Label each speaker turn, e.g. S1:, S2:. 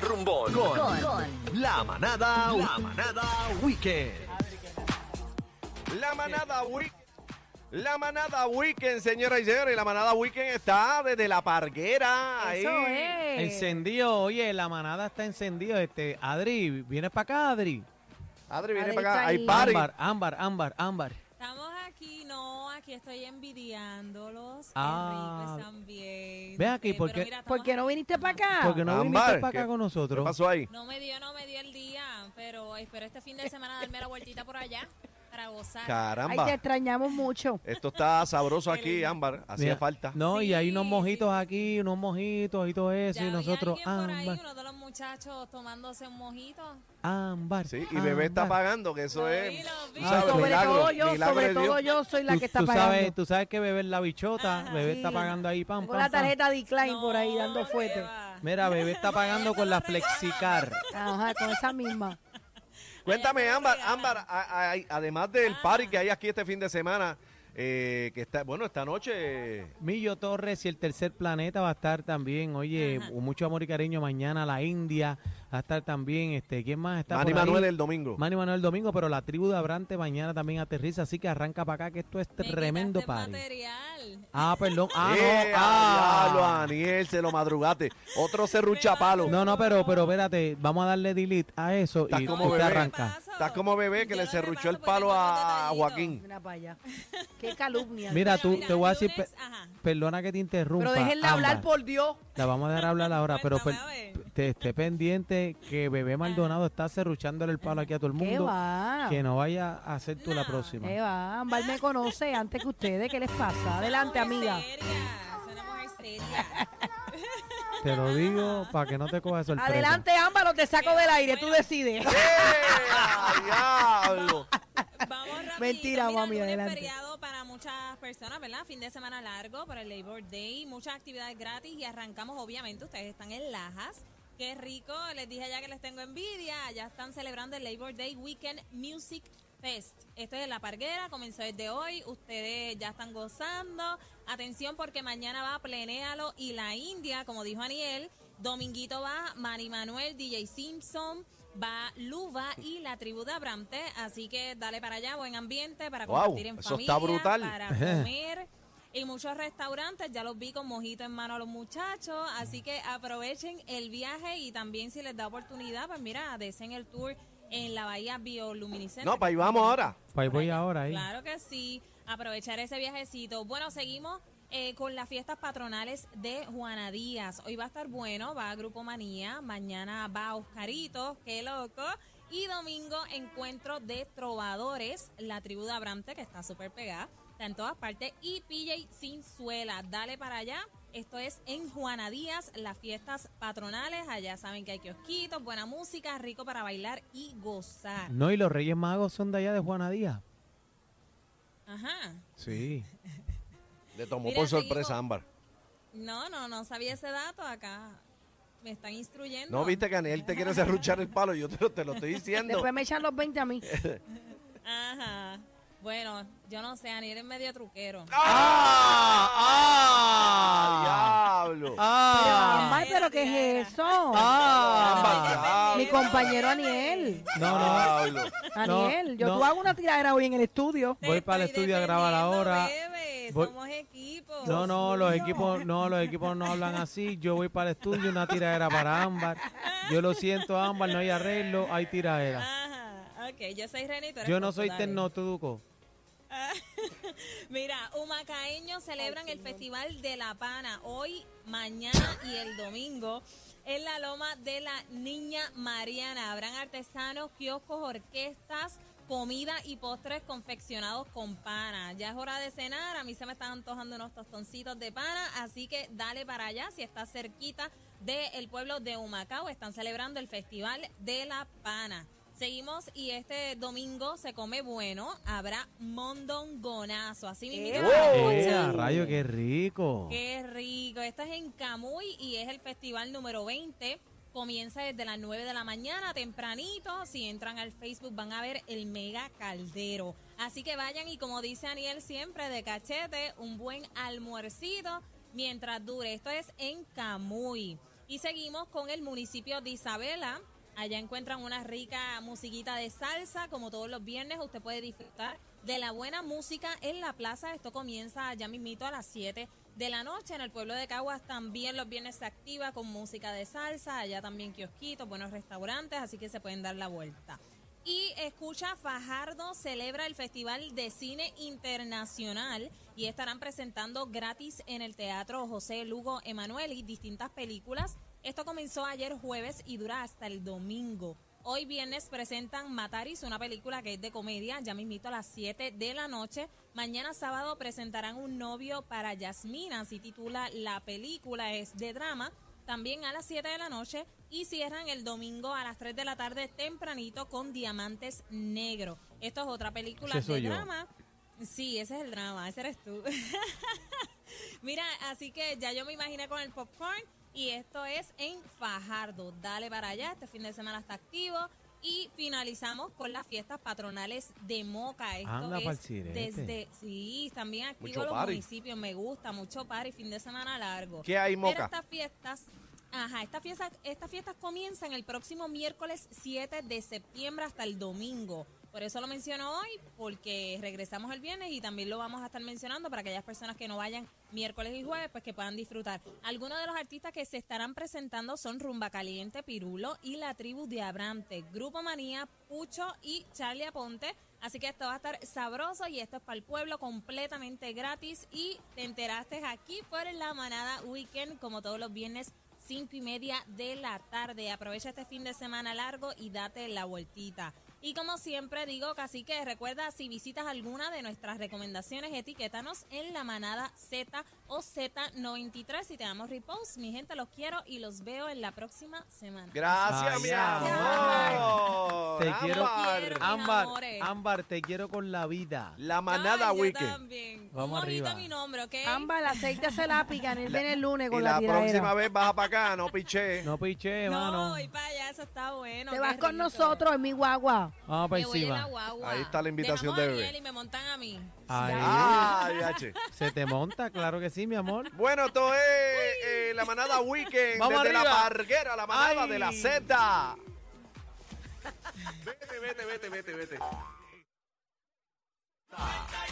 S1: Bombón con, la manada, la manada Weekend.
S2: La manada Week. La manada Weekend, señoras y señores. La manada Weekend está desde la parguera.
S3: Eso
S2: ahí.
S3: es.
S4: Encendido, oye, la manada está encendido. Este, Adri, ¿vienes para acá, Adri?
S2: Adri, viene
S3: Adri
S2: para acá.
S3: está
S2: Hay
S3: ahí.
S2: party.
S4: Ámbar, ámbar, ámbar, ámbar.
S5: Estamos aquí, no, aquí estoy envidiándolos.
S4: Ah.
S5: Qué rico están bien. Eh,
S4: Ve aquí, ¿por qué-
S3: ¿Por qué no viniste para
S5: Ah.
S3: acá?
S4: ¿Por qué no
S2: Ámbar,
S4: viniste para
S2: ¿qué-
S4: acá con
S2: ¿Qué
S4: nosotros?
S2: pasó ahí?
S5: No me dio, no me dio el día, pero espero este fin de semana darme la vueltita por allá para gozar.
S3: Ay, te
S4: Ah.
S2: Caramba.
S3: extrañamos mucho.
S2: Esto está sabroso
S5: Qué
S2: aquí,
S5: lindo.
S2: Ámbar. Hacía
S4: Mira,
S2: falta.
S4: No, y hay
S5: Sí,
S4: unos
S5: sí,
S4: mojitos
S5: sí,
S4: aquí, unos mojitos y todo eso.
S5: Ya
S4: y
S5: había
S4: nosotros,
S5: alguien por ahí,
S4: ámbar,
S5: uno de los muchachos tomándose un mojito.
S4: ámbar.
S2: Sí, y bebé está
S4: ámbar.
S2: pagando, que eso
S5: Lo
S2: es.
S5: vi, lo vi.
S2: tú
S4: Ah,
S2: sabes,
S3: sobre
S2: milagro,
S3: todo yo,
S2: milagro
S3: sobre
S2: de
S3: todo
S2: Dios.
S3: yo soy la
S4: Tú-
S3: que está
S4: tú
S3: pagando.
S4: sabes, tú sabes que bebé es la bichota.
S5: Ajá.
S4: bebé está
S3: Sí.
S4: pagando ahí, pam,
S3: Con
S4: pam,
S3: la
S4: pam.
S3: tarjeta decline por ahí dando
S5: No,
S3: fuerte.
S5: beba.
S4: Mira, bebé está pagando con la flexicar.
S3: Ajá, con esa misma.
S2: Cuéntame,
S5: Ay, eso
S2: Ámbar,
S5: me regala.
S2: Ámbar, a- a- además
S5: Ah.
S2: del party que hay aquí este fin de semana, eh, que está, bueno, esta noche.
S4: Millo Torres y el tercer planeta va a estar también. Oye,
S5: Ajá.
S4: mucho amor y cariño mañana. La India va a estar también. Este, ¿Quién más está?
S2: Manny
S4: por ahí?
S2: Manuel el domingo. Eh,
S4: Manny Manuel el domingo, pero la tribu de Abrante mañana también aterriza. Así que arranca para acá que esto es
S5: Me quitaste
S4: tremendo
S5: el
S4: party.
S5: material.
S4: Ah, perdón. Ah,
S2: ¡Eh,
S4: no. Ah.
S2: diablo, Aniel, se lo madrugaste. Otro serrucha palo.
S4: No, no, pero, pero espérate, vamos a darle delete a eso
S2: Estás
S4: y
S2: como
S4: usted
S2: bebé.
S4: arranca.
S5: Repaso.
S2: Estás como bebé que
S5: Yo
S2: le
S5: lo
S2: serruchó el
S5: repaso
S2: palo
S5: porque tengo
S2: a
S5: los detallitos.
S2: Joaquín.
S3: Mira para allá. Qué calumnia.
S4: Mira,
S5: Pero
S4: tú
S5: mira,
S4: te voy a decir,
S5: lunes,
S4: pe-
S5: ajá.
S4: perdona que te interrumpa.
S3: Pero déjenla hablar,
S4: Ámbar.
S3: por Dios.
S4: La vamos a dejar hablar ahora, pero
S5: Cuéntame,
S4: per-
S5: a ver. Ah.
S4: te esté pendiente que Bebé Maldonado está cerruchándole el palo aquí a todo el
S3: ¿Qué
S4: mundo.
S3: va?
S4: Que no vaya a ser tú la
S5: No.
S4: próxima.
S3: ¿Qué va? Ámbar me conoce antes que ustedes. ¿Qué les pasa? Adelante,
S5: Una mujer
S3: amiga.
S5: seria, es una mujer seria.
S4: Te lo digo para que no te cojas sorpresa.
S3: Adelante, Ámbar, o te saco del aire. Tú
S5: Bueno.
S3: decides.
S2: ¡Eh, diablo!
S5: Vamos rapidito.
S3: Mentira,
S5: Mira,
S3: mami,
S5: lunes
S3: adelante.
S5: feriado para muchas personas, ¿verdad? Fin de semana largo para el Labor Day, muchas actividades gratis y arrancamos, obviamente, ustedes están en Lajas. Qué rico, les dije ya que les tengo envidia, ya están celebrando el Labor Day Weekend Music Fest. Esto es en La Parguera, comenzó desde hoy, ustedes ya están gozando. Atención porque mañana va Plenéalo y La India, como dijo Aniel. Dominguito va Mari Manuel, DJ Simpson, va Luva y la tribu de Abrante. Así que dale para allá, buen ambiente para
S2: Wow,
S5: compartir en
S2: eso
S5: familia.
S2: está brutal.
S5: Para comer. Y muchos restaurantes, ya los vi con mojito en mano a los muchachos, así que aprovechen el viaje y también si les da oportunidad, pues mira, desen el tour en la bahía bioluminiscente.
S2: No, para ahí vamos ahora.
S4: Pues voy ahora ahí.
S5: Claro que sí, aprovechar ese viajecito. Bueno, seguimos eh, con las fiestas patronales de Juana Díaz. Hoy va a estar bueno, va a Grupo Manía, mañana va a Oscarito, qué loco. Y domingo encuentro de trovadores, la tribu de Abrante, que está súper pegada, está en todas partes, y PJ Sinzuela. Dale para allá. Esto es en Juana Díaz, las fiestas patronales. Allá saben que hay kiosquitos, buena música, rico para bailar y gozar.
S4: No, y los Reyes Magos son de allá de Juana Díaz.
S5: Ajá.
S4: Sí.
S2: Le tomó
S5: Mira,
S2: por sorpresa
S5: seguimos.
S2: Ámbar.
S5: No, no, no sabía ese dato acá. Me están instruyendo.
S2: No viste que Aniel te quiere serruchar el palo, yo te lo, te lo estoy diciendo.
S3: Después me echan los 20 a mí.
S5: Ajá. Bueno, yo no sé, Aniel es medio truquero.
S2: ¡Ah! ¡Ah! ¡Diablo!
S4: ¡Ah!
S3: Ámbar, pero ¿qué es eso?
S2: ¡Ah!
S3: Mi compañero Aniel.
S4: No, no.
S2: ¡Diablo!
S3: Aniel, yo
S4: no.
S3: tú hago una tiradera hoy en el estudio.
S5: Te
S4: Voy para el
S5: estoy
S4: estudio a grabar
S5: defendiendo,
S4: ahora.
S5: bebé,
S4: Voy-
S5: Somos equipo.
S4: No, no, los equipos, no, los equipos no hablan así. Yo voy para el estudio, una tiradera para Ámbar. Yo lo siento, Ámbar, no hay arreglo, hay
S5: Ah,
S4: tiradera.
S5: Ajá. Ok, yo soy Renito.
S4: Yo no soy tecnotuco.
S5: Mira, humacaeños celebran el Festival de la Pana hoy, mañana y el domingo en la Loma de la Niña Mariana. Habrán artesanos, kioscos, orquestas, comida y postres confeccionados con pana. Ya es hora de cenar, a mí se me están antojando unos tostoncitos de pana, así que dale para allá si estás cerquita del pueblo de Humacao. Están celebrando el Festival de la Pana. Seguimos y este domingo se come bueno. Habrá mondongonazo. Así mismo.
S3: ¡Eh!
S4: ¡Eh, a rayo, qué rico!
S5: Qué rico. Esto es en Camuy y es el festival número 20. Comienza desde las 9 de la mañana, tempranito. Si entran al Facebook van a ver el mega caldero. Así que vayan y como dice Aniel siempre, de cachete, un buen almuercito mientras dure. Esto es en Camuy. Y seguimos con el municipio de Isabela. Allá encuentran una rica musiquita de salsa, como todos los viernes usted puede disfrutar de la buena música en la plaza. Esto comienza ya mismito a las 7 de la noche. En el pueblo de Caguas también los viernes se activa con música de salsa, allá también kiosquitos, buenos restaurantes, así que se pueden dar la vuelta. Y escucha, Fajardo celebra el Festival de Cine Internacional y estarán presentando gratis en el Teatro José Lugo Emanuel y distintas películas. Esto comenzó ayer jueves y dura hasta el domingo. Hoy viernes presentan Mataris, una película que es de comedia, ya mismito a las 7 de la noche. Mañana sábado presentarán Un novio para Yasmina, así titula la película, es de drama también a las 7 de la noche y cierran el domingo a las 3 de la tarde tempranito con Diamantes Negro. Esto es otra película
S4: Ese
S5: de
S4: soy yo.
S5: drama. Sí, ese es el drama, ese eres tú. Mira, así que ya yo me imaginé con el popcorn y esto es en Fajardo. Dale para allá, este fin de semana está activo. Y finalizamos con las fiestas patronales de Moca. Esto
S4: Anda pa'l
S5: es
S4: sirete.
S5: desde... Sí, también activo
S2: Mucho
S5: los
S2: party.
S5: municipios, me gusta, mucho party, fin de semana largo.
S2: ¿Qué hay,
S5: Pero
S2: Moca?
S5: estas fiestas, ajá, estas fiestas, estas fiestas comienzan el próximo miércoles 7 de septiembre hasta el domingo. Por eso lo menciono hoy, porque regresamos el viernes y también lo vamos a estar mencionando para aquellas personas que no vayan miércoles y jueves, pues que puedan disfrutar. Algunos de los artistas que se estarán presentando son Rumba Caliente, Pirulo y la tribu de Abrante, Grupo Manía, Pucho y Charlie Aponte. Así que esto va a estar sabroso y esto es para el pueblo completamente gratis. Y te enteraste aquí por la manada weekend, como todos los viernes, cinco y media de la tarde. Aprovecha este fin de semana largo y date la vueltita. Y como siempre digo, casi que recuerda, si visitas alguna de nuestras recomendaciones, etiquétanos en la manada Z o Z93 y te damos repost. Mi gente, los quiero y los veo en la próxima semana.
S2: Gracias,
S4: Ay,
S2: mi
S4: ay.
S2: amor.
S4: Te quiero.
S2: Ámbar.
S5: Quiero.
S4: Ámbar,
S5: amores.
S4: Ámbar, te quiero con la vida.
S2: La manada
S5: Ay, yo
S2: Weekend.
S5: también.
S4: Vamos
S5: Un mojito
S4: arriba.
S5: a mi nombre, ¿ok?
S3: Amba, el aceite se la pican. Él viene el lunes
S2: Y
S3: con
S2: la
S3: la,
S2: próxima
S3: tiradera.
S2: vez baja para acá, no piche.
S4: No piche,
S5: no,
S4: Eh, mano.
S5: voy para allá, eso está bueno.
S3: Te
S5: qué
S3: vas con
S5: rico.
S3: nosotros en mi guagua.
S4: Vamos para
S5: Me voy en la
S4: encima.
S5: guagua.
S2: Ahí está la invitación
S5: Dejamos
S2: de
S5: a
S2: bebé.
S5: Ariel Y me montan a mí.
S4: Ahí.
S2: Ay, H.
S4: Se te monta, claro que sí, mi amor.
S2: Bueno, esto es eh, la manada Weekend
S4: Vamos
S2: desde la
S4: arriba.
S2: parguera, la manada
S4: Ay.
S2: de la Z. Vete, vete, vete, vete, vete.